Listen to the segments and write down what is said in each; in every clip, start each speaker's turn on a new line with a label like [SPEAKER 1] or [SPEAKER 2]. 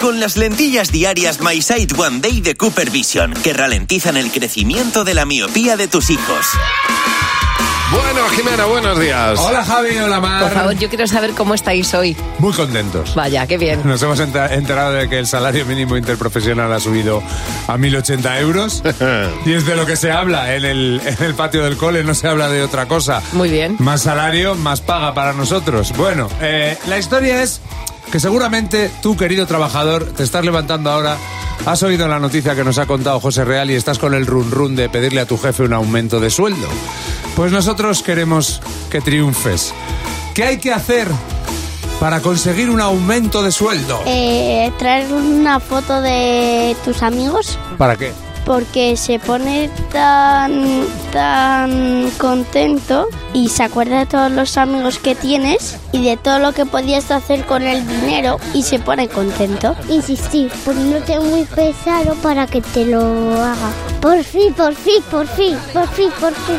[SPEAKER 1] Con las lentillas diarias My Sight One Day de Cooper Vision, que ralentizan el crecimiento de la miopía de tus hijos.
[SPEAKER 2] Bueno, Jimena, buenos días.
[SPEAKER 3] Hola Javi, hola Mar.
[SPEAKER 4] Por favor, yo quiero saber cómo estáis hoy.
[SPEAKER 3] Muy contentos.
[SPEAKER 4] Vaya, qué bien.
[SPEAKER 3] Nos hemos enta- enterado de que el salario mínimo interprofesional ha subido a 1.080 euros. y es de lo que se habla en el, en el patio del cole, no se habla de otra cosa.
[SPEAKER 4] Muy bien.
[SPEAKER 3] Más salario, más paga para nosotros. Bueno, eh, la historia es que seguramente tú, querido trabajador, te estás levantando ahora. Has oído la noticia que nos ha contado José Real y estás con el run run de pedirle a tu jefe un aumento de sueldo. Pues nosotros queremos que triunfes. ¿Qué hay que hacer para conseguir un aumento de sueldo?
[SPEAKER 5] Eh, traer una foto de tus amigos
[SPEAKER 3] ¿Para qué?
[SPEAKER 5] porque se pone tan tan contento y se acuerda de todos los amigos que tienes y de todo lo que podías hacer con el dinero y se pone contento.
[SPEAKER 6] Insistir, poniéndote muy pesado para que te lo haga. Por fin, por fin, por fin, por fin, por fin,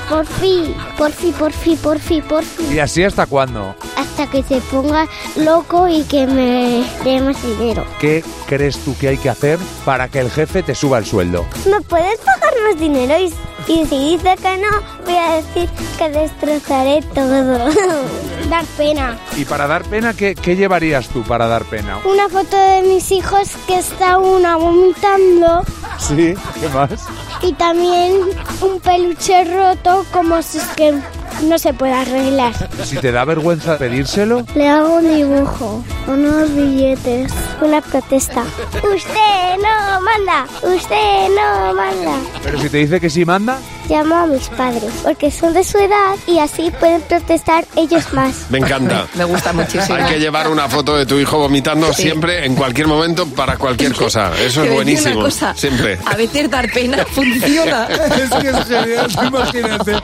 [SPEAKER 6] por fin, por fin, por fin, por fin, por fin.
[SPEAKER 3] ¿Y así hasta cuándo?
[SPEAKER 6] Hasta que se ponga loco y que me dé más dinero.
[SPEAKER 3] ¿Qué crees tú que hay que hacer para que el jefe te suba el sueldo?
[SPEAKER 6] ¿Me puedes pagar más dinero? Y, y si dice que no, voy a decir que destrozaré todo. Dar pena.
[SPEAKER 3] Y para dar pena, ¿qué, qué llevarías tú para dar pena?
[SPEAKER 6] Una foto de mis hijos que está una vomitando
[SPEAKER 3] Sí, ¿qué más?
[SPEAKER 6] y también un peluche roto como si es que no se puede arreglar.
[SPEAKER 3] Si te da vergüenza pedírselo,
[SPEAKER 6] Le hago un dibujo, unos billetes, una protesta. Usted no manda, usted no manda.
[SPEAKER 3] pero si te dice que sí manda,
[SPEAKER 6] Llamo a mis padres porque son de su edad y así pueden protestar ellos más.
[SPEAKER 2] Me encanta.
[SPEAKER 4] Me gusta muchísimo.
[SPEAKER 2] Hay que llevar una foto de tu hijo vomitando siempre, en cualquier momento, para cualquier cosa. Eso
[SPEAKER 4] Te
[SPEAKER 2] es
[SPEAKER 4] voy a decir
[SPEAKER 2] buenísimo.
[SPEAKER 4] una cosa.
[SPEAKER 2] Siempre.
[SPEAKER 4] A veces dar pena funciona.
[SPEAKER 3] Es que es genial, tú imagínate.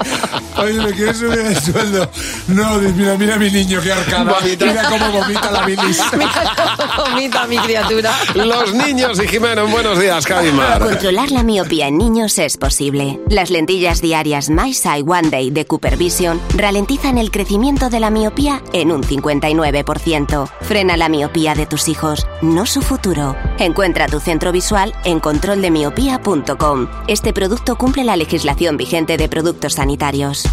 [SPEAKER 3] Oye, me quieres subir el sueldo. No, dices, mira, mira a mi niño, qué arcada.
[SPEAKER 2] Vomita.
[SPEAKER 3] Mira cómo vomita la bilis.
[SPEAKER 4] Mira cómo vomita mi criatura.
[SPEAKER 2] Los niños y Jimeno, buenos días, Javi Mar.
[SPEAKER 7] Controlar la miopía en niños es posible. Las lentillas diarias My Sight One Day de Cooper Vision ralentizan el crecimiento de la miopía en un 59%. Frena la miopía de tus hijos, no su futuro. Encuentra tu centro visual en controldemiopía.com. Este producto cumple la legislación vigente de productos sanitarios.